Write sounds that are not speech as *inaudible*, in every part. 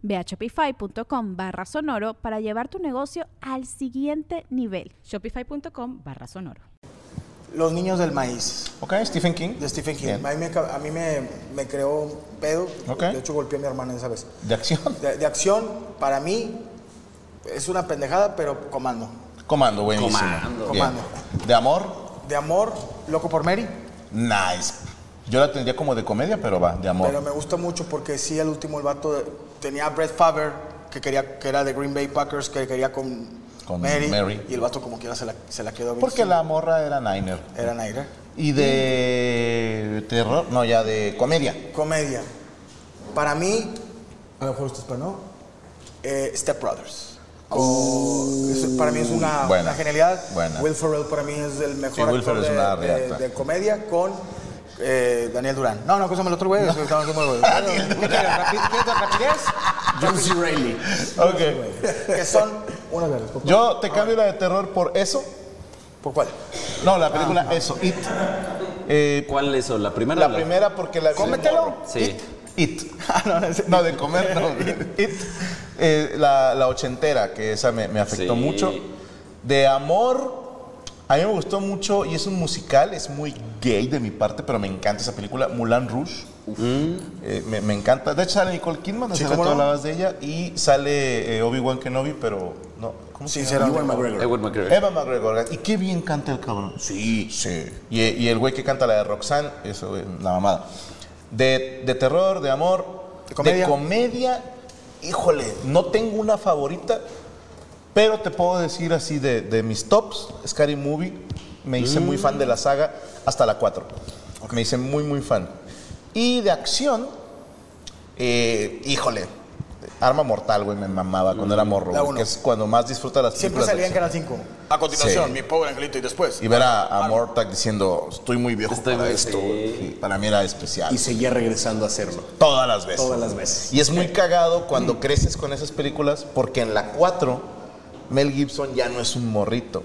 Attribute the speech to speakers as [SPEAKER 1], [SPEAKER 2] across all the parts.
[SPEAKER 1] Ve a shopify.com barra sonoro para llevar tu negocio al siguiente nivel.
[SPEAKER 2] Shopify.com barra sonoro.
[SPEAKER 3] Los niños del maíz,
[SPEAKER 4] Ok, Stephen King.
[SPEAKER 3] de Stephen King.
[SPEAKER 4] Bien.
[SPEAKER 3] A mí me, ca- a mí me- me creó un pedo.
[SPEAKER 4] Ok.
[SPEAKER 3] De hecho, golpeé a mi hermana esa vez.
[SPEAKER 4] De acción. *laughs*
[SPEAKER 3] De, de acción, para mí, es una pendejada, pero comando.
[SPEAKER 4] Comando, buenísimo.
[SPEAKER 5] Comando.
[SPEAKER 4] Bien.
[SPEAKER 3] Comando.
[SPEAKER 4] De amor,
[SPEAKER 3] De amor, loco por Mary,
[SPEAKER 4] nice. Yo la tendría como de comedia, pero va, de amor.
[SPEAKER 3] pero me gusta mucho porque sí, el último, el vato de- tenía a Brett Favre, que, quería, que era de Green Bay Packers, que quería con,
[SPEAKER 4] Con
[SPEAKER 3] Mary,
[SPEAKER 4] Mary.
[SPEAKER 3] Y el vato, como quiera, se la, se la quedó bien.
[SPEAKER 4] Porque
[SPEAKER 3] Sí.
[SPEAKER 4] la morra era Niner.
[SPEAKER 3] Era Naira.
[SPEAKER 4] Y de terror, no, ya de comedia.
[SPEAKER 3] Comedia. Para mí, a lo mejor usted no. eh, Step Brothers. O- es- para mí es una,
[SPEAKER 4] Buena,
[SPEAKER 3] una genialidad.
[SPEAKER 4] buena.
[SPEAKER 3] Will Ferrell para mí es el
[SPEAKER 4] Sí,
[SPEAKER 3] mejor
[SPEAKER 4] Will
[SPEAKER 3] actor
[SPEAKER 4] Ferrell es
[SPEAKER 3] de,
[SPEAKER 4] una
[SPEAKER 3] de-
[SPEAKER 4] reata.
[SPEAKER 3] de comedia con eh, Daniel Durán. No, no, cosa el otro güey. es que estamos aquí muy güey.
[SPEAKER 4] *laughs*
[SPEAKER 3] ¿Qué quieres? Rapi- ¿qué quieres? ¿Rapidez?
[SPEAKER 5] John Reilly.
[SPEAKER 4] Ok.
[SPEAKER 3] Que son unas vergas. ¿Por,
[SPEAKER 4] Yo te cambio la de terror por eso.
[SPEAKER 3] por cuál?
[SPEAKER 4] No, la
[SPEAKER 3] Ah,
[SPEAKER 4] película Eso, It. Eh,
[SPEAKER 5] ¿Cuál es eso? ¿La primera? o
[SPEAKER 4] la primera porque la...
[SPEAKER 3] Cómetelo.
[SPEAKER 5] Sí.
[SPEAKER 4] It. *laughs* Ah, no, de comer,
[SPEAKER 5] *laughs*
[SPEAKER 4] no. It. Eh, la, la ochentera, que esa me, me afectó
[SPEAKER 5] Sí.
[SPEAKER 4] mucho. De amor, a mí me gustó mucho y es un musical, es muy gay de mi parte, pero me encanta esa película, Mulan Rouge. Eh, me, me encanta. De hecho, sale Nicole Kidman,
[SPEAKER 3] Sí,
[SPEAKER 4] hace
[SPEAKER 3] ¿cómo
[SPEAKER 4] rato
[SPEAKER 3] no?
[SPEAKER 4] hablabas de ella, y sale eh, Obi-Wan Kenobi, pero no. ¿Cómo se llama?
[SPEAKER 3] Sinceramente.
[SPEAKER 5] Edward McGregor.
[SPEAKER 4] Eva McGregor. Y qué bien canta el cabrón. Sí, sí. Y, y el güey que canta la de Roxanne, eso es la mamada. De, de terror, de amor,
[SPEAKER 3] De comedia.
[SPEAKER 4] comedia, híjole, no tengo una favorita, pero te puedo decir así de, de mis tops, Scary Movie, me hice muy fan de la saga hasta la 4. Me hice muy, muy fan. Y de acción, eh, híjole, Arma Mortal, güey, me mamaba cuando era morro,
[SPEAKER 3] La
[SPEAKER 4] güey,
[SPEAKER 3] uno.
[SPEAKER 4] que es cuando más disfruta las
[SPEAKER 3] Siempre
[SPEAKER 4] películas de
[SPEAKER 3] salía en
[SPEAKER 4] acción.
[SPEAKER 3] Canal 5.
[SPEAKER 4] A continuación, mi pobre angelito, y después. Y ver a, a Mortak diciendo, estoy muy viejo
[SPEAKER 5] Estoy
[SPEAKER 4] para
[SPEAKER 5] muy-
[SPEAKER 4] esto.
[SPEAKER 5] sí.
[SPEAKER 4] Sí, Para mí era especial.
[SPEAKER 5] Y seguía regresando a hacerlo.
[SPEAKER 4] todas las veces.
[SPEAKER 5] Todas las veces.
[SPEAKER 4] Y es muy cagado cuando creces con esas películas, porque en la 4, Mel Gibson ya no es un morrito.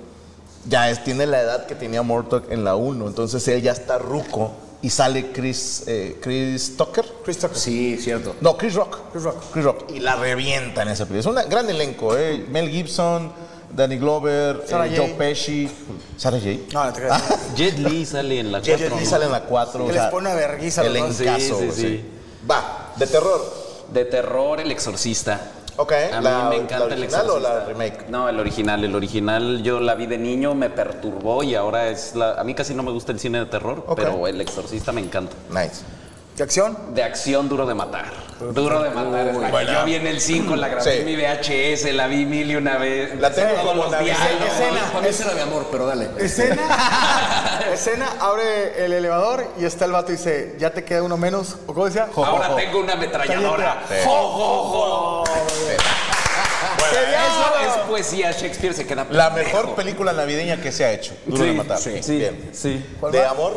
[SPEAKER 4] Ya es- tiene la edad que tenía Mortak en la 1. Entonces él ya está ruco y sale Chris, eh, Chris Tucker.
[SPEAKER 3] Chris Tucker.
[SPEAKER 5] Sí, cierto.
[SPEAKER 4] No, Chris Rock.
[SPEAKER 3] Chris Rock.
[SPEAKER 4] Y la revienta en esa película. Es un gran elenco, ¿eh? Mel Gibson, Danny Glover, eh,
[SPEAKER 3] Sarah
[SPEAKER 4] Joe
[SPEAKER 3] Jay.
[SPEAKER 4] Pesci. ¿Sarah J?
[SPEAKER 3] No, no te creas.
[SPEAKER 6] Ah,
[SPEAKER 5] Jet Li sale en la
[SPEAKER 4] Jet
[SPEAKER 5] 4.
[SPEAKER 4] Li sale en la 4.
[SPEAKER 3] Que les pone una verguiza a los
[SPEAKER 4] El
[SPEAKER 3] dos.
[SPEAKER 5] Sí, sí,
[SPEAKER 4] encaso,
[SPEAKER 5] sí.
[SPEAKER 4] Va, de terror.
[SPEAKER 5] De terror, El Exorcista.
[SPEAKER 4] Ok,
[SPEAKER 5] A mí
[SPEAKER 4] la-
[SPEAKER 5] me encanta
[SPEAKER 4] la
[SPEAKER 5] El
[SPEAKER 4] original
[SPEAKER 5] Exorcista.
[SPEAKER 4] o la remake?
[SPEAKER 5] No, el original. El original yo la vi de niño, me perturbó y ahora es la... A mí casi no me gusta el cine de terror,
[SPEAKER 4] Ok.
[SPEAKER 5] pero El Exorcista me encanta.
[SPEAKER 4] Nice.
[SPEAKER 3] ¿Qué acción?
[SPEAKER 5] De acción, Duro de Matar. Duro de Matar. es la que
[SPEAKER 4] buena.
[SPEAKER 5] Yo vi en el 5, la grabé
[SPEAKER 4] Sí.
[SPEAKER 5] en mi VHS, la vi mil y una vez.
[SPEAKER 4] La tengo
[SPEAKER 5] Todos
[SPEAKER 4] como
[SPEAKER 5] los
[SPEAKER 4] la
[SPEAKER 5] diálogos.
[SPEAKER 3] escena de amor, pero dale. Escena, *laughs* escena, abre el elevador y está el vato y dice, ya te queda uno menos. ¿O cómo decía?
[SPEAKER 5] Ahora tengo una ametralladora.
[SPEAKER 4] Sí.
[SPEAKER 5] Jo, jo, jo. Eso
[SPEAKER 4] Eso
[SPEAKER 5] es
[SPEAKER 4] es
[SPEAKER 5] poesía. Shakespeare se queda
[SPEAKER 4] La
[SPEAKER 5] pendejo.
[SPEAKER 4] mejor película navideña que se ha hecho. Duro de
[SPEAKER 5] Sí,
[SPEAKER 4] matar.
[SPEAKER 5] Sí, sí,
[SPEAKER 4] Bien.
[SPEAKER 5] sí.
[SPEAKER 4] ¿De amor?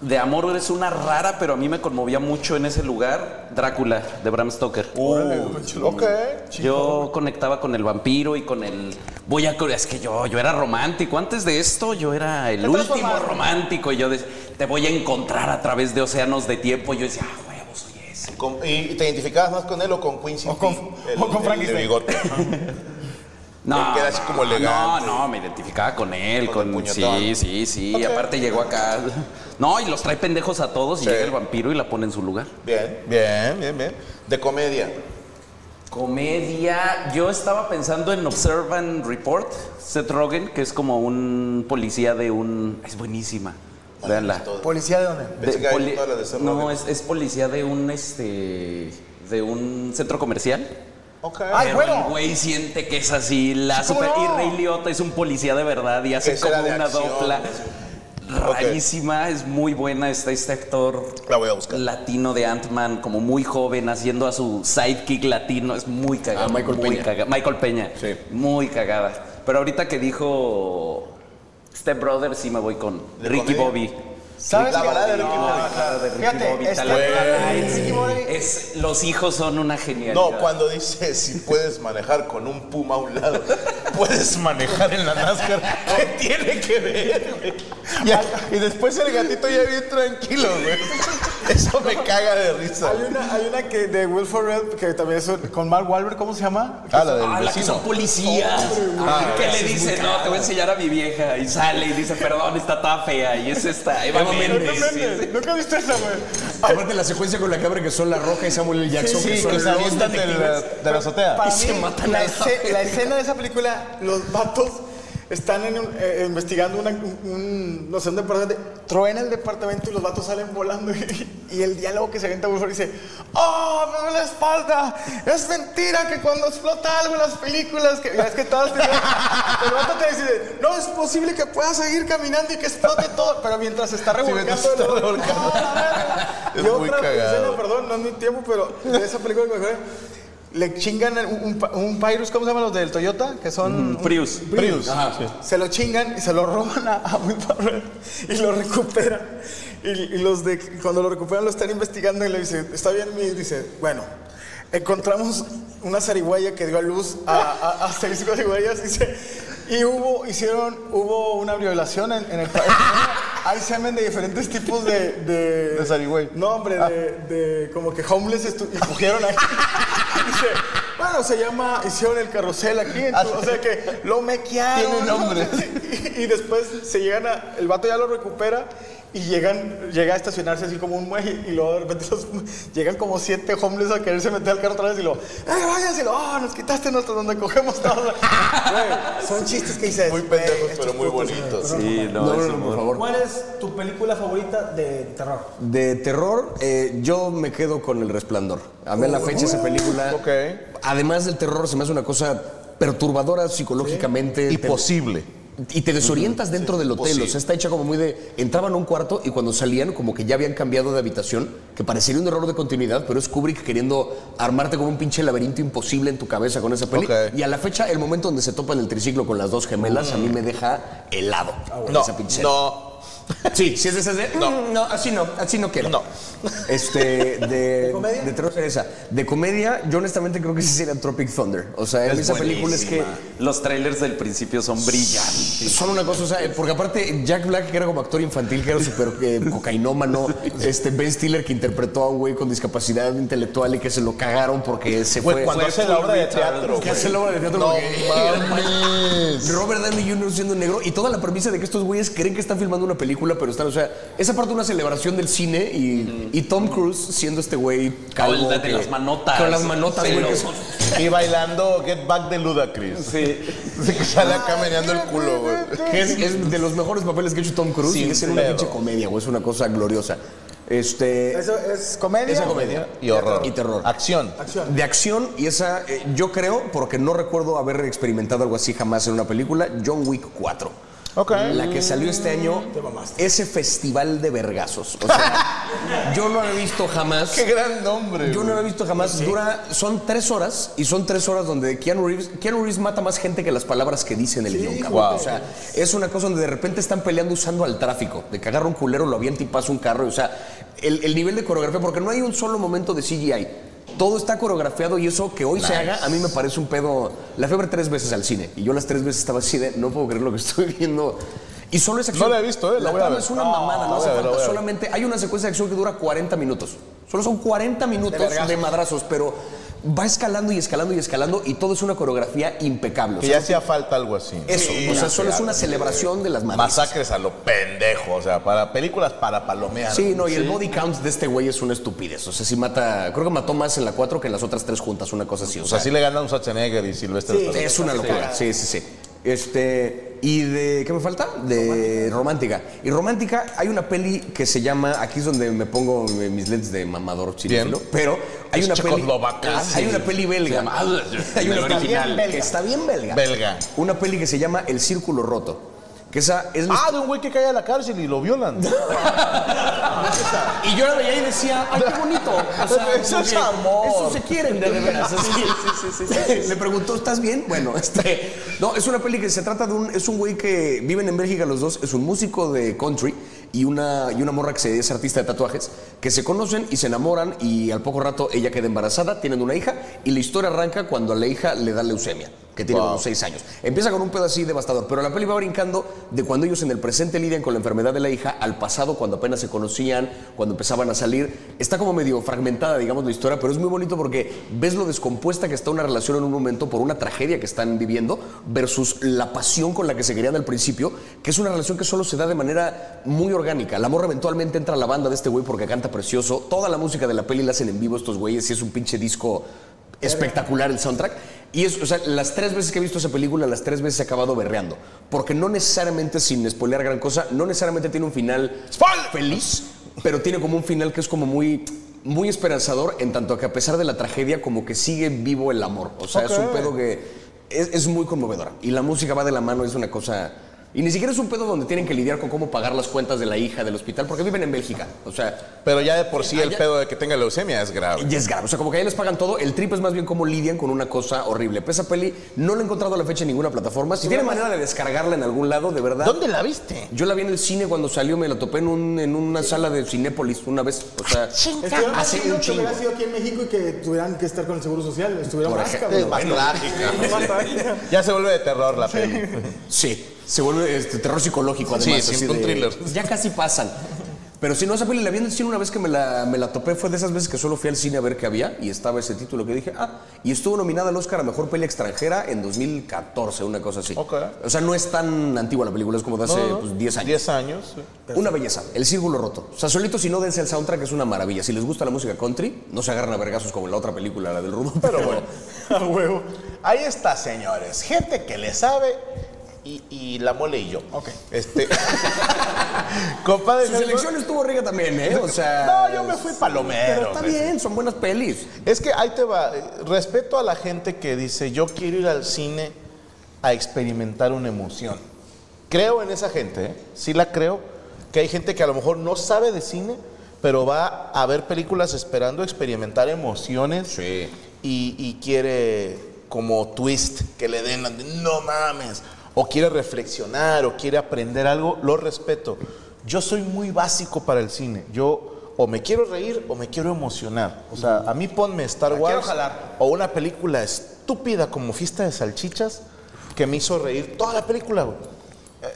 [SPEAKER 5] De amor es una rara, pero a mí me conmovía mucho en ese lugar. Drácula, de Bram Stoker.
[SPEAKER 4] Uh, ok.
[SPEAKER 5] Yo conectaba con el vampiro y con el. Voy a. Es que yo, yo era romántico. Antes de esto, yo era el último romántico. Y yo decía, te voy a encontrar a través de océanos de tiempo. Y yo decía, ah, huevo, soy ese.
[SPEAKER 4] Con- ¿Y te identificabas más con él o con Quincy?
[SPEAKER 3] O con-
[SPEAKER 4] P,
[SPEAKER 3] o con
[SPEAKER 4] de
[SPEAKER 3] Frankenstein. *laughs*
[SPEAKER 4] bigote.
[SPEAKER 5] No,
[SPEAKER 4] Que era así
[SPEAKER 5] no,
[SPEAKER 4] como elegante.
[SPEAKER 5] No, no, me identificaba con él,
[SPEAKER 4] Con el
[SPEAKER 5] con,
[SPEAKER 4] puñetón.
[SPEAKER 5] sí, sí, sí.
[SPEAKER 4] Ok.
[SPEAKER 5] Aparte llegó acá. *laughs* No, y los trae pendejos a todos
[SPEAKER 4] Sí.
[SPEAKER 5] y llega el vampiro y la pone en su lugar.
[SPEAKER 4] Bien, bien, bien, bien. De comedia.
[SPEAKER 5] Comedia. Yo estaba pensando en Observant Report, Seth Rogen, que es como un policía de un. Es buenísima. Veanla.
[SPEAKER 3] ¿Policía de dónde?
[SPEAKER 4] Ah, Pensé que había visto la de Seth
[SPEAKER 5] no,
[SPEAKER 4] Rogen.
[SPEAKER 5] es, es policía de un este. de un centro comercial.
[SPEAKER 4] Ok.
[SPEAKER 3] Ay,
[SPEAKER 5] Pero
[SPEAKER 3] bueno.
[SPEAKER 5] el güey siente que es así la
[SPEAKER 3] ¿Cómo
[SPEAKER 5] super.
[SPEAKER 3] no?
[SPEAKER 5] Y Ray Liotta es un policía de verdad y hace
[SPEAKER 4] Esa era
[SPEAKER 5] como
[SPEAKER 4] de
[SPEAKER 5] una
[SPEAKER 4] acción,
[SPEAKER 5] dopla.
[SPEAKER 4] Ok.
[SPEAKER 5] Rarísima, es muy buena. Está este actor
[SPEAKER 4] La voy a buscar.
[SPEAKER 5] latino de Ant-Man, como muy joven, haciendo a su sidekick latino. Es muy cagada.
[SPEAKER 6] Ah, Michael
[SPEAKER 5] muy
[SPEAKER 6] Peña.
[SPEAKER 5] caga- Michael Peña.
[SPEAKER 6] Sí.
[SPEAKER 5] Muy cagada. Pero ahorita que dijo Step Brother, sí me voy con
[SPEAKER 4] ¿De
[SPEAKER 5] Ricky
[SPEAKER 4] comedia?
[SPEAKER 5] Bobby.
[SPEAKER 3] ¿Sabes
[SPEAKER 4] La
[SPEAKER 3] qué?
[SPEAKER 4] balada de Ricky
[SPEAKER 5] No,
[SPEAKER 4] Bobby.
[SPEAKER 5] la balada de Ricky
[SPEAKER 3] Fíjate,
[SPEAKER 5] Bobby,
[SPEAKER 3] este-
[SPEAKER 5] tal vez.
[SPEAKER 3] Ricky Bobby.
[SPEAKER 5] Es- los hijos son una genialidad.
[SPEAKER 4] No, cuando dice si puedes manejar con un puma a un lado, *laughs* puedes manejar en la NASCAR. ¿Qué tiene que ver, güey? Ya, Y después el gatito ya bien tranquilo, güey. Eso me caga de risa.
[SPEAKER 3] Hay una, hay una que de Will Ferrell que también es con Mark Wahlberg, ¿cómo se llama?
[SPEAKER 4] Ah, la del
[SPEAKER 5] Ah, la que
[SPEAKER 4] vecino.
[SPEAKER 5] son policías. Ah, que le dice, no, te voy a enseñar a mi vieja. Y sale y dice, perdón, está tan fea. Y es esta, Eva
[SPEAKER 6] Eva
[SPEAKER 5] Méndez.
[SPEAKER 6] Méndez.
[SPEAKER 5] Sí, sí.
[SPEAKER 3] Nunca viste esa, güey.
[SPEAKER 6] Aparte la secuencia con la cabra que son la roca y Samuel L. Jackson.
[SPEAKER 4] Sí,
[SPEAKER 6] son
[SPEAKER 4] que se
[SPEAKER 6] los
[SPEAKER 4] avientan de la,
[SPEAKER 6] detectives.
[SPEAKER 4] de la azotea.
[SPEAKER 3] Para
[SPEAKER 5] se
[SPEAKER 3] mí,
[SPEAKER 5] matan
[SPEAKER 3] la,
[SPEAKER 5] a la
[SPEAKER 3] esce-
[SPEAKER 5] vez.
[SPEAKER 3] la escena de esa película, los vatos están en un- eh, investigando una, un, un- no sé, un departamento, truena el departamento y los vatos salen volando *laughs* y, y el diálogo que se avienta Will Ferrell dice, ¡Oh, me duele la espalda! Es mentira que cuando explota algo en las películas, que es que todas te
[SPEAKER 4] *laughs*
[SPEAKER 3] el vato te dice, no, es posible que puedas seguir caminando y que explote todo, pero mientras se está revolcando.
[SPEAKER 4] mientras se está
[SPEAKER 3] el-
[SPEAKER 4] revolcando.
[SPEAKER 3] *laughs* ¡Ah, la verga!
[SPEAKER 4] Es
[SPEAKER 3] Y
[SPEAKER 4] muy
[SPEAKER 3] otra
[SPEAKER 4] cagado.
[SPEAKER 3] escena, perdón, no es mi tiempo, pero de esa película que me acuerdo, le chingan un, un, pa- un Pyrus, ¿cómo se llaman los del Toyota? Que son.
[SPEAKER 5] Un Prius.
[SPEAKER 4] Prius. Sí.
[SPEAKER 3] Se lo chingan y se lo roban a, a Will Ferrell y lo recuperan. Y, y los de cuando lo recuperan lo están investigando y le dicen, está bien, mi dice, bueno, encontramos una zarigüeya que dio a luz a, a- a seis *laughs* zarigüeyas, dice, y hubo, hicieron, hubo una violación en, en el *laughs* país. Hay semen de diferentes tipos de. De,
[SPEAKER 4] De zarigüey. Ah.
[SPEAKER 3] No, hombre, de, de como que homeless estu- y cogieron ahí. *laughs* Dice, bueno, se llama, hicieron el carrusel aquí, entonces, o sea que lo mequearon.
[SPEAKER 4] Ah, Tiene nombre.
[SPEAKER 3] *laughs* Y, y después se llegan a, el vato ya lo recupera y llegan, llega a estacionarse así como un muelle y luego de repente los- *laughs* llegan como siete homeless a quererse meter al carro otra vez y lo, ¡ay, váyanse! Y lo, "Ah, nos quitaste nuestro donde cogemos *laughs* todo. Güey, son chistes que dices.
[SPEAKER 4] Muy
[SPEAKER 3] "Güey,
[SPEAKER 4] pendejos,
[SPEAKER 3] estos
[SPEAKER 4] pero muy
[SPEAKER 3] putos".
[SPEAKER 4] bonitos.
[SPEAKER 5] Sí, no,
[SPEAKER 6] No,
[SPEAKER 5] es
[SPEAKER 6] no, no,
[SPEAKER 5] un-
[SPEAKER 6] por favor.
[SPEAKER 7] ¿Cuál es tu película favorita de terror?
[SPEAKER 6] De terror, eh, yo me quedo con El Resplandor. A mí a la fecha esa película,
[SPEAKER 4] Oh. ok.
[SPEAKER 6] además del terror, se me hace una cosa perturbadora psicológicamente.
[SPEAKER 4] Y
[SPEAKER 6] Te-
[SPEAKER 4] posible.
[SPEAKER 6] Y te desorientas dentro del hotel,
[SPEAKER 4] posible.
[SPEAKER 6] o sea, está hecha como muy de... Entraban a un cuarto y cuando salían como que ya habían cambiado de habitación, que parecería un error de continuidad, pero es Kubrick queriendo armarte como un pinche laberinto imposible en tu cabeza con esa peli.
[SPEAKER 4] Ok. Mm.
[SPEAKER 6] Y a la fecha, el momento donde se topan el triciclo con las dos gemelas, a mí me deja helado
[SPEAKER 4] Ah, No,
[SPEAKER 6] esa pinche
[SPEAKER 4] no.
[SPEAKER 6] Sí, si es de esas de. No, Mm, no, así no, así no quiero.
[SPEAKER 4] No.
[SPEAKER 6] Este, de.
[SPEAKER 7] comedia?
[SPEAKER 6] De terror sería esa. De comedia, yo honestamente creo que sí sería Tropic Thunder. O sea,
[SPEAKER 5] es
[SPEAKER 6] esa película es que.
[SPEAKER 5] buenísima. Los trailers del principio son brillantes.
[SPEAKER 6] Son una cosa, o sea, porque aparte Jack Black, que era como actor infantil, que era súper *laughs* eh, cocainómano, este Ben Stiller, que interpretó a un güey con discapacidad intelectual y que se lo cagaron porque se
[SPEAKER 4] Güey,
[SPEAKER 6] fue.
[SPEAKER 4] cuando
[SPEAKER 5] fue
[SPEAKER 4] hace la
[SPEAKER 5] full
[SPEAKER 4] obra de
[SPEAKER 5] retard.
[SPEAKER 4] teatro,
[SPEAKER 6] que
[SPEAKER 4] güey.
[SPEAKER 6] hace la obra de teatro
[SPEAKER 4] No
[SPEAKER 6] porque-
[SPEAKER 4] mames.
[SPEAKER 6] *laughs* Robert Downey Jr. siendo negro y toda la premisa de que estos güeyes creen que están filmando una película, pero están, o sea, esa parte una celebración del cine y, y Tom Cruise siendo este güey calvo.
[SPEAKER 5] Con la de las manotas.
[SPEAKER 6] Con las manotas, güey.
[SPEAKER 5] Pero-
[SPEAKER 6] que son-
[SPEAKER 4] Y bailando Get Back de Ludacris.
[SPEAKER 5] Sí.
[SPEAKER 4] Sí, que sale acá meneando el culo, güey.
[SPEAKER 6] que es, es de los mejores papeles que ha hecho Tom Cruise
[SPEAKER 4] Sin
[SPEAKER 6] y es en una
[SPEAKER 4] pedo.
[SPEAKER 6] pinche comedia, güey. Es una cosa gloriosa. Este.
[SPEAKER 3] ¿Eso es comedia?
[SPEAKER 6] Esa comedia.
[SPEAKER 4] Y horror.
[SPEAKER 6] Y terror.
[SPEAKER 4] Acción.
[SPEAKER 3] Acción.
[SPEAKER 6] De acción, y esa, eh, yo creo, porque no recuerdo haber experimentado algo así jamás en una película, John Wick 4.
[SPEAKER 4] Ok.
[SPEAKER 6] La que salió este año, ese festival de vergazos. O sea, yo no había visto jamás.
[SPEAKER 4] Qué gran nombre.
[SPEAKER 6] Yo no lo he visto jamás. Dura, son tres horas y son tres horas donde Keanu Reeves, Keanu Reeves mata más gente que las palabras que dice en el guión. cabrón.
[SPEAKER 4] Wow.
[SPEAKER 6] O sea, es una cosa donde de repente están peleando usando al tráfico, de que agarra un culero, lo avienta y pasa un carro. O sea, el, el nivel de coreografía, porque no hay un solo momento de CGI. Todo está coreografiado y eso que hoy se haga, a mí me parece un pedo. La fiebre tres veces al cine y yo las tres veces estaba así de no puedo creer lo que estoy *laughs* viendo. Y solo esa acción.
[SPEAKER 4] la he visto, eh, la voy a
[SPEAKER 6] trama
[SPEAKER 4] ver.
[SPEAKER 6] es una
[SPEAKER 4] No,
[SPEAKER 6] mamada, no
[SPEAKER 4] la voy
[SPEAKER 6] hace
[SPEAKER 4] a ver, la
[SPEAKER 6] falta.
[SPEAKER 4] voy a ver.
[SPEAKER 6] Solamente Exactamente, hay una secuencia de acción que dura 40 minutos. Solo son 40 minutos de, madrazos, pero va escalando y escalando y escalando y todo es una coreografía impecable. O
[SPEAKER 4] Que
[SPEAKER 6] sea,
[SPEAKER 4] ya hacía falta algo así.
[SPEAKER 6] eso,
[SPEAKER 4] Sí,
[SPEAKER 6] o sea,
[SPEAKER 4] ya
[SPEAKER 6] solo es
[SPEAKER 4] hacía
[SPEAKER 6] una
[SPEAKER 4] algo.
[SPEAKER 6] celebración de las madres.
[SPEAKER 4] Masacres a lo pendejo, o sea, para películas para palomear.
[SPEAKER 6] Sí, no, y el body count de este güey es una estupidez. O sea, sí mata, creo que mató más en la 4 que en las otras tres juntas, una cosa así. O
[SPEAKER 4] O
[SPEAKER 6] sea,
[SPEAKER 4] sea, sí le ganan Schwarzenegger y Silvestre.
[SPEAKER 7] Sí.
[SPEAKER 4] Stallone.
[SPEAKER 6] Es una locura, sí, sí, sí. Este, ¿y de qué me falta? De romántica. Y romántica, hay una peli que se llama, aquí es donde me pongo mis lentes de mamador chileno,
[SPEAKER 4] Bien.
[SPEAKER 6] pero hay
[SPEAKER 4] Es
[SPEAKER 6] una peli Ah,
[SPEAKER 4] checoslovaca,
[SPEAKER 6] hay
[SPEAKER 4] sí.
[SPEAKER 6] una peli
[SPEAKER 5] Se
[SPEAKER 6] belga.
[SPEAKER 5] llama-
[SPEAKER 6] Hay una
[SPEAKER 5] el
[SPEAKER 6] peli
[SPEAKER 5] original.
[SPEAKER 6] que está bien belga.
[SPEAKER 4] Belga.
[SPEAKER 6] Una peli que se llama El círculo roto, que esa es la
[SPEAKER 4] Ah, de un güey que cae a la cárcel y lo
[SPEAKER 6] *laughs*
[SPEAKER 4] violan.
[SPEAKER 6] Ah, Y yo la veía y decía, ay, qué bonito. O sea,
[SPEAKER 4] Eso es
[SPEAKER 6] como que
[SPEAKER 4] amor.
[SPEAKER 6] Eso se quieren, de veras. *laughs* Le preguntó, ¿estás bien? Bueno, este. No, es una peli que se trata de un. Es un güey que viven en Bélgica los dos. Es un músico de country y una, y una morra que se- es artista de tatuajes. Que se conocen y se enamoran. Y al poco rato ella queda embarazada, tienen una hija. Y la historia arranca cuando a la hija le da leucemia. Que tiene como seis años. Empieza con un pedo así devastador, pero la peli va brincando de cuando ellos en el presente lidian con la enfermedad de la hija al pasado, cuando apenas se conocían, cuando empezaban a salir. Está como medio fragmentada, digamos, la historia, pero es muy bonito porque ves lo descompuesta que está una relación en un momento por una tragedia que están viviendo versus la pasión con la que se querían al principio, que es una relación que solo se da de manera muy orgánica. La morra eventualmente entra a la banda de este güey porque canta precioso. Toda la música de la peli la hacen en vivo estos güeyes y es un pinche disco espectacular el soundtrack. Y es, o sea, las tres veces que he visto esa película, las tres veces he acabado berreando. Porque no necesariamente, sin spoilear gran cosa, no necesariamente tiene un final feliz, pero tiene como un final que es como muy, muy esperanzador, en tanto que a pesar de la tragedia, como que sigue vivo el amor. O sea, es un pedo que es, es muy conmovedora. Y la música va de la mano, es una cosa... Y ni siquiera es un pedo donde tienen que lidiar con cómo pagar las cuentas de la hija del hospital, porque viven en Bélgica. O sea,
[SPEAKER 4] Pero ya de por sí el
[SPEAKER 6] Allá-
[SPEAKER 4] pedo de que tenga leucemia es grave.
[SPEAKER 6] y es grave. O sea, como que ahí les pagan todo. El trip es más bien cómo lidian con una cosa horrible. Pero esa peli no la he encontrado a la fecha en ninguna plataforma. Si tiene manera de descargarla en algún lado, de verdad.
[SPEAKER 4] ¿Dónde la viste?
[SPEAKER 6] Yo la vi en el cine cuando salió, me la topé en, un- en una sala de Cinépolis una vez. O
[SPEAKER 4] Ah,
[SPEAKER 6] sea,
[SPEAKER 3] Estuvieron
[SPEAKER 6] hace
[SPEAKER 3] haciendo
[SPEAKER 6] un
[SPEAKER 3] que
[SPEAKER 6] chingo.
[SPEAKER 3] hubiera sido aquí en México y que tuvieran que estar con el Seguro Social. Estuvieron
[SPEAKER 6] Por
[SPEAKER 3] más,
[SPEAKER 6] ejemplo,
[SPEAKER 3] *laughs*
[SPEAKER 4] Es
[SPEAKER 3] cabrón.
[SPEAKER 4] más trágica.
[SPEAKER 3] Más ¿eh? todavía.
[SPEAKER 4] Ya se vuelve de terror la
[SPEAKER 6] *laughs*
[SPEAKER 4] peli. Eh,
[SPEAKER 6] Sí, se vuelve este, terror psicológico
[SPEAKER 4] Sí,
[SPEAKER 6] además.
[SPEAKER 4] sí,
[SPEAKER 6] así
[SPEAKER 4] un
[SPEAKER 6] de-
[SPEAKER 4] thriller.
[SPEAKER 6] *laughs* Ya casi pasan. Pero si no, esa peli la vi en el cine una vez que me la, me la topé. Fue de esas veces que solo fui al cine a ver qué había y estaba ese título que dije, ah, y estuvo nominada al Oscar a Mejor Peli Extranjera en 2014, una cosa así.
[SPEAKER 4] Ok.
[SPEAKER 6] O sea, no es tan antigua la película, es como de hace
[SPEAKER 4] No, no.
[SPEAKER 6] pues, 10 años.
[SPEAKER 4] 10 años.
[SPEAKER 6] *laughs*
[SPEAKER 4] sí.
[SPEAKER 6] Una belleza, el círculo roto. O sea, solito si no dense el soundtrack es una maravilla. Si les gusta la música country, no se agarran a vergazos como en la otra película, la del Rudo.
[SPEAKER 4] Pero bueno, a huevo. Ahí está, señores. Gente que le sabe y, y la mole y yo. Ok.
[SPEAKER 6] *laughs*
[SPEAKER 4] Este. *laughs* Compadre.
[SPEAKER 6] Su
[SPEAKER 4] ¿no?
[SPEAKER 6] selección estuvo rica también, ¿eh? O sea.
[SPEAKER 4] No, yo me fui palomero. pues.
[SPEAKER 6] Pero está
[SPEAKER 4] güey.
[SPEAKER 6] bien, son buenas pelis.
[SPEAKER 4] Es que ahí te va. eh, Respeto a la gente que dice, yo quiero ir al cine a experimentar una emoción. Creo en esa gente, ¿eh? sí la creo, que hay gente que a lo mejor no sabe de cine, pero va a ver películas esperando experimentar emociones
[SPEAKER 6] Sí.
[SPEAKER 4] y, y quiere como twist que le den, no mames, o quiere reflexionar, o quiere aprender algo, lo respeto. Yo soy muy básico para el cine. Yo o me quiero reír o me quiero emocionar. O sea, a mí ponme Star Wars o una película estúpida como Fiesta de Salchichas que me hizo reír toda la película. güey.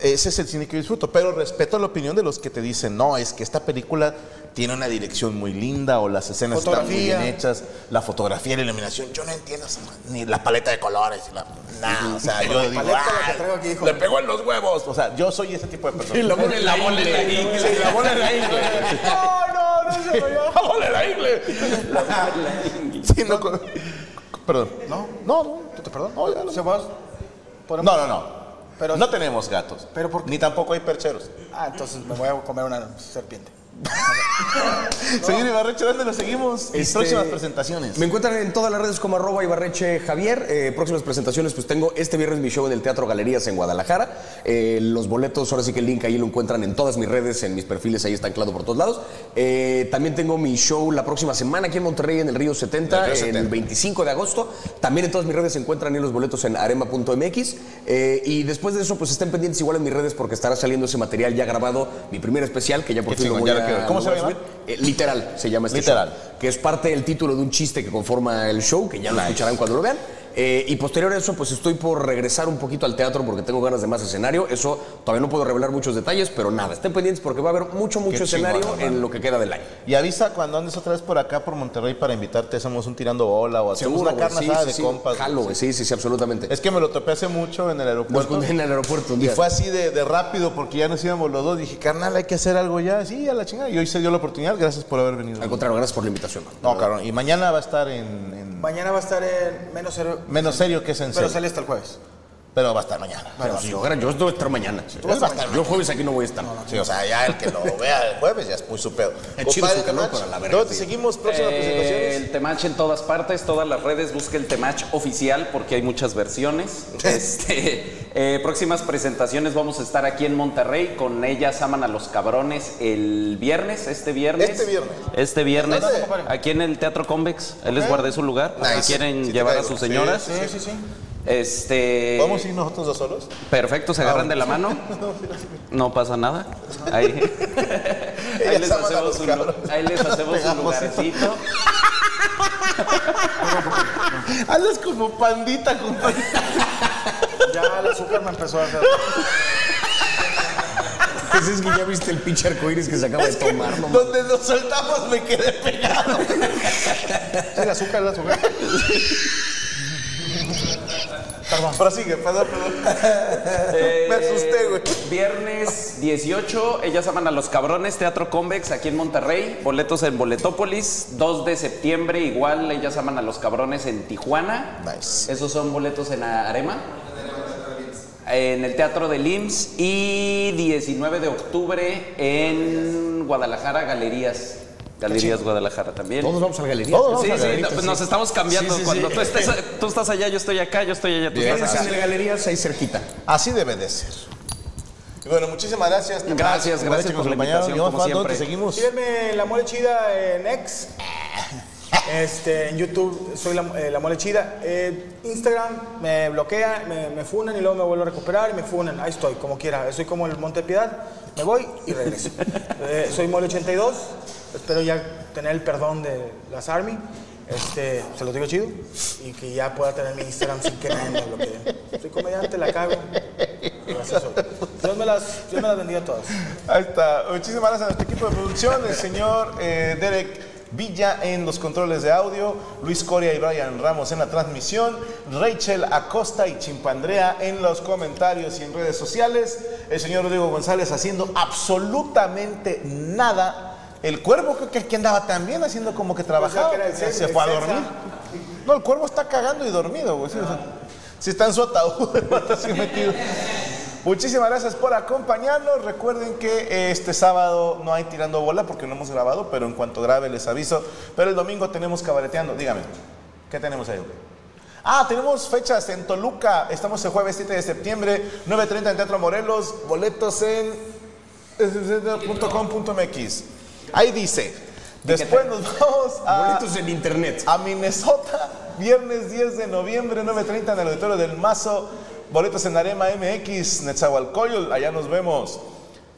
[SPEAKER 4] Ese es el cine que disfruto, pero respeto la opinión de los que te dicen, no, es que esta película tiene una dirección muy linda o las escenas están muy bien hechas, la fotografía, la iluminación, yo no entiendo esa madre, ni la paleta de colores, y la- nah, o sea, yo digo,
[SPEAKER 3] paleta la que
[SPEAKER 4] "Ah,
[SPEAKER 3] traigo aquí, hijo".
[SPEAKER 4] le pegó en los huevos, o sea, yo soy ese tipo de persona.
[SPEAKER 6] mole la mole la ingle. la mole la ingle.
[SPEAKER 4] no, no, no, la mole la ingle. *laughs* Sí, no, con- perdón, no, no, no, te perdón, no, ya lo-
[SPEAKER 3] O sea, vos-
[SPEAKER 4] no, no, no,
[SPEAKER 3] Pero-
[SPEAKER 4] no tenemos gatos,
[SPEAKER 3] Pero ¿por qué?
[SPEAKER 4] ni tampoco hay percheros.
[SPEAKER 3] Ah, entonces me voy a comer una serpiente.
[SPEAKER 4] Señor Ibarreche, ¿dónde lo seguimos? Mis
[SPEAKER 6] Este,
[SPEAKER 4] próximas presentaciones.
[SPEAKER 6] Me encuentran en todas las redes como arroba Ibarreche Javier. Eh, próximas presentaciones, pues tengo este viernes mi show en el Teatro Galerías en Guadalajara. Eh, los boletos, ahora sí que el link ahí lo encuentran en todas mis redes, en mis perfiles, ahí está anclado por todos lados. Eh, también tengo mi show la próxima semana aquí en Monterrey, en el Río 70,
[SPEAKER 4] En el
[SPEAKER 6] el,
[SPEAKER 4] Río 70.
[SPEAKER 6] 25 de agosto. También en todas mis redes se encuentran ahí los boletos en arema.mx. Eh, y después de eso, pues estén pendientes igual en mis redes porque estará saliendo ese material ya grabado, mi primer especial, que ya por
[SPEAKER 4] Qué
[SPEAKER 6] fin lo
[SPEAKER 4] chingón,
[SPEAKER 6] voy
[SPEAKER 4] ya lo quiero
[SPEAKER 6] a,
[SPEAKER 4] ver. ¿Cómo
[SPEAKER 6] lo
[SPEAKER 4] se
[SPEAKER 6] voy a
[SPEAKER 4] llama?
[SPEAKER 6] subir. Eh, literal se llama este
[SPEAKER 4] Literal.
[SPEAKER 6] show, que es parte del título de un chiste que conforma el show, que ya lo escucharán cuando lo vean. Eh, y posterior a eso, pues estoy por regresar un poquito al teatro porque tengo ganas de más escenario. Eso todavía no puedo revelar muchos detalles, pero nada, estén pendientes porque va a haber mucho, mucho
[SPEAKER 4] Qué
[SPEAKER 6] escenario
[SPEAKER 4] chingón, hermano.
[SPEAKER 6] en lo que queda del año.
[SPEAKER 4] Y avisa cuando andes otra vez por acá, por Monterrey, para invitarte. Hacemos un tirando bola o hacemos
[SPEAKER 6] Seguro,
[SPEAKER 4] una
[SPEAKER 6] güey,
[SPEAKER 4] carne
[SPEAKER 6] sí,
[SPEAKER 4] asada
[SPEAKER 6] sí,
[SPEAKER 4] de
[SPEAKER 6] sí,
[SPEAKER 4] compas.
[SPEAKER 6] Jalo, güey, sí, sí, sí, absolutamente.
[SPEAKER 4] Es que me lo topé hace mucho en el
[SPEAKER 6] Nos
[SPEAKER 4] aeropuerto.
[SPEAKER 6] encontré en el aeropuerto un
[SPEAKER 4] Y
[SPEAKER 6] día.
[SPEAKER 4] fue así de, de rápido porque ya nos íbamos los dos. Dije, carnal, hay que hacer algo ya. Sí, a la chingada. Y hoy se dio la oportunidad. Gracias por haber venido.
[SPEAKER 6] Al contrario, gracias por la invitación.
[SPEAKER 4] No, cabrón. Y mañana va a estar en. en-
[SPEAKER 3] Mañana va a estar en menos cero.
[SPEAKER 4] Menos serio que es en
[SPEAKER 3] Pero
[SPEAKER 4] serio.
[SPEAKER 3] sale hasta el jueves.
[SPEAKER 4] Pero va a estar mañana.
[SPEAKER 6] Pero si yo, yo voy a estar mañana.
[SPEAKER 4] vas a estar mañana.
[SPEAKER 6] Yo jueves aquí no voy a estar.
[SPEAKER 4] Sí, o sea, ya el
[SPEAKER 6] *laughs*
[SPEAKER 4] que lo vea el jueves ya es muy su pedo.
[SPEAKER 6] Es chido
[SPEAKER 4] Compadre
[SPEAKER 6] su calor,
[SPEAKER 4] Temach,
[SPEAKER 6] pero a la verga,
[SPEAKER 4] ¿Dónde te
[SPEAKER 6] sí.
[SPEAKER 4] seguimos? Próximas
[SPEAKER 5] Eh,
[SPEAKER 4] presentaciones.
[SPEAKER 5] El Temach en todas partes, todas las redes, busca el Temach oficial porque hay muchas versiones.
[SPEAKER 4] *laughs*
[SPEAKER 5] Este, eh, próximas presentaciones vamos a estar aquí en Monterrey con Ellas Aman a los Cabrones el viernes, este viernes.
[SPEAKER 4] Este viernes.
[SPEAKER 5] Este viernes,
[SPEAKER 4] ¿Dónde? ¿Dónde?
[SPEAKER 5] aquí en el Teatro Convex. Él les guardé su lugar.
[SPEAKER 4] Nice.
[SPEAKER 5] Si quieren
[SPEAKER 4] Sí te
[SPEAKER 5] llevar a
[SPEAKER 4] caigo.
[SPEAKER 5] sus
[SPEAKER 4] Sí,
[SPEAKER 5] señoras.
[SPEAKER 4] sí, sí, sí.
[SPEAKER 5] Este.
[SPEAKER 4] ¿Vamos a ir nosotros dos solos?
[SPEAKER 5] Perfecto, se agarran de la mano. No pasa nada.
[SPEAKER 4] *laughs*
[SPEAKER 5] Ahí, Ahí
[SPEAKER 4] Ellas
[SPEAKER 5] les
[SPEAKER 4] aman a
[SPEAKER 5] hacemos
[SPEAKER 4] los
[SPEAKER 5] un,
[SPEAKER 4] cabrones.
[SPEAKER 5] ahí les hacemos un
[SPEAKER 4] Pegamos.
[SPEAKER 5] lugarcito.
[SPEAKER 4] Andas como pandita, compadre.
[SPEAKER 3] Ya el azúcar me empezó a hacer.
[SPEAKER 6] Pues es que ya viste el pinche arcoíris que se acaba de tomar, no mames.
[SPEAKER 4] Donde nos saltamos me quedé pegado. *laughs* el azúcar, el azúcar. Perdón, prosigue, perdón, perdón. Me asusté, güey.
[SPEAKER 5] Viernes 18, ellas aman a los cabrones, Teatro Convex aquí en Monterrey, boletos en Boletópolis, 2 de septiembre igual, ellas aman a los cabrones en Tijuana.
[SPEAKER 4] Nice.
[SPEAKER 5] Esos son boletos en Arema. En el Teatro del IMSS y 19 de octubre en Guadalajara, Galerías. Galerías Guadalajara también.
[SPEAKER 6] Todos vamos a la galería.
[SPEAKER 4] Todos vamos
[SPEAKER 5] Sí,
[SPEAKER 4] a
[SPEAKER 5] sí,
[SPEAKER 4] Galerías,
[SPEAKER 5] no, pues nos estamos cambiando.
[SPEAKER 6] Sí, sí,
[SPEAKER 5] Cuando
[SPEAKER 6] sí.
[SPEAKER 5] Tú,
[SPEAKER 6] *laughs*
[SPEAKER 5] estés, tú estás allá, yo estoy acá, yo estoy allá, tú
[SPEAKER 6] Bien,
[SPEAKER 5] estás acá.
[SPEAKER 6] en el galerías ahí cerquita.
[SPEAKER 4] Así debe de ser. Y bueno, muchísimas gracias. Temach,
[SPEAKER 5] Gracias,
[SPEAKER 4] por
[SPEAKER 5] gracias
[SPEAKER 4] habernos
[SPEAKER 5] por la
[SPEAKER 4] acompañado.
[SPEAKER 5] invitación,
[SPEAKER 4] Iván
[SPEAKER 5] como
[SPEAKER 4] Juan, ¿dónde
[SPEAKER 5] siempre.
[SPEAKER 4] te seguimos?
[SPEAKER 3] Sígueme La Mole Chida en X. Este, en YouTube soy La, eh, La Mole Chida. Eh, Instagram me bloquea, me, me funan y luego me vuelvo a recuperar y me funan. Ahí estoy, como quiera. Soy como el Monte Piedad. Me voy y regreso. Eh, soy Mole82. Espero ya tener el perdón de las Army. Este, se lo digo chido. Y que ya pueda tener mi Instagram sin que nadie me bloquee. Soy comediante, la cago. Pero así soy. Dios me las, Dios me las bendiga a todas.
[SPEAKER 4] Ahí está. Muchísimas gracias a nuestro equipo de producción, el señor eh, Derek Villa en los controles de audio, Luis Coria y Brian Ramos en la transmisión, Rachel Acosta y Chimpandrea en los comentarios y en redes sociales, el señor Rodrigo González haciendo absolutamente nada. El cuervo creo que, que andaba también haciendo como que trabajaba,
[SPEAKER 3] que era el
[SPEAKER 4] se,
[SPEAKER 3] Cel- el
[SPEAKER 4] fue a
[SPEAKER 3] Celsa.
[SPEAKER 4] dormir. No, el cuervo está cagando y dormido, güey. sí, o sea, si está en su ataúd, *laughs* el vato así metido. Muchísimas gracias por acompañarnos. Recuerden que eh, este sábado no hay tirando bola porque no hemos grabado, pero en cuanto grabe les aviso. Pero el domingo tenemos cabareteando. Dígame, ¿qué tenemos ahí? Ah, tenemos fechas en Toluca. Estamos el jueves 7 de septiembre, 9.30 en Teatro Morelos. Boletos en .com.mx. Ahí dice. Después nos vamos a...
[SPEAKER 6] Boletos en internet.
[SPEAKER 4] A Minnesota, viernes 10 de noviembre, 9.30 en el Auditorio del Mazo. Boletos en Arema MX, Netzahualcoyol, allá nos vemos.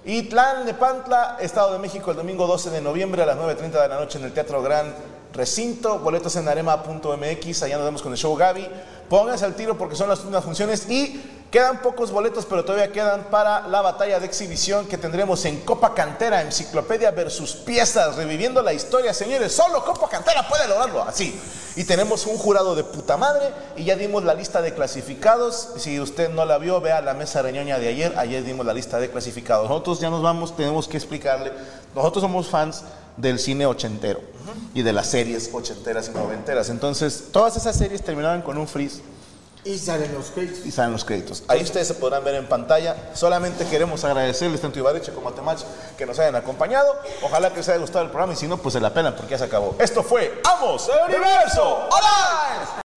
[SPEAKER 4] Y Tlán, Nepantla, Estado de México, el domingo 12 de noviembre a las 9.30 de la noche en el Teatro Gran Recinto. Boletos en arema.mx, allá nos vemos con el show Gaby. Pónganse al tiro porque son las últimas funciones y quedan pocos boletos, pero todavía quedan para la batalla de exhibición que tendremos en Copa Cantera, Enciclopedia versus Piezas, reviviendo la historia, señores. Solo Copa Cantera puede lograrlo, así. Y tenemos un jurado de puta madre y ya dimos la lista de clasificados. Si usted no la vio, vea la mesa reñoña de ayer. Ayer dimos la lista de clasificados. Nosotros ya nos vamos, tenemos que explicarle. Nosotros somos fans del cine ochentero y de las series ochenteras y noventeras. Entonces, todas esas series terminaban con un freeze
[SPEAKER 3] Y salen los clips.
[SPEAKER 4] y salen los créditos. Ahí ustedes se podrán ver en pantalla. Solamente queremos agradecerles tanto a Ibarreche como a Temach que nos hayan acompañado. Ojalá que les haya gustado el programa y si no, pues se la pelan porque ya se acabó. Esto fue Amos el Universo. ¡Hola!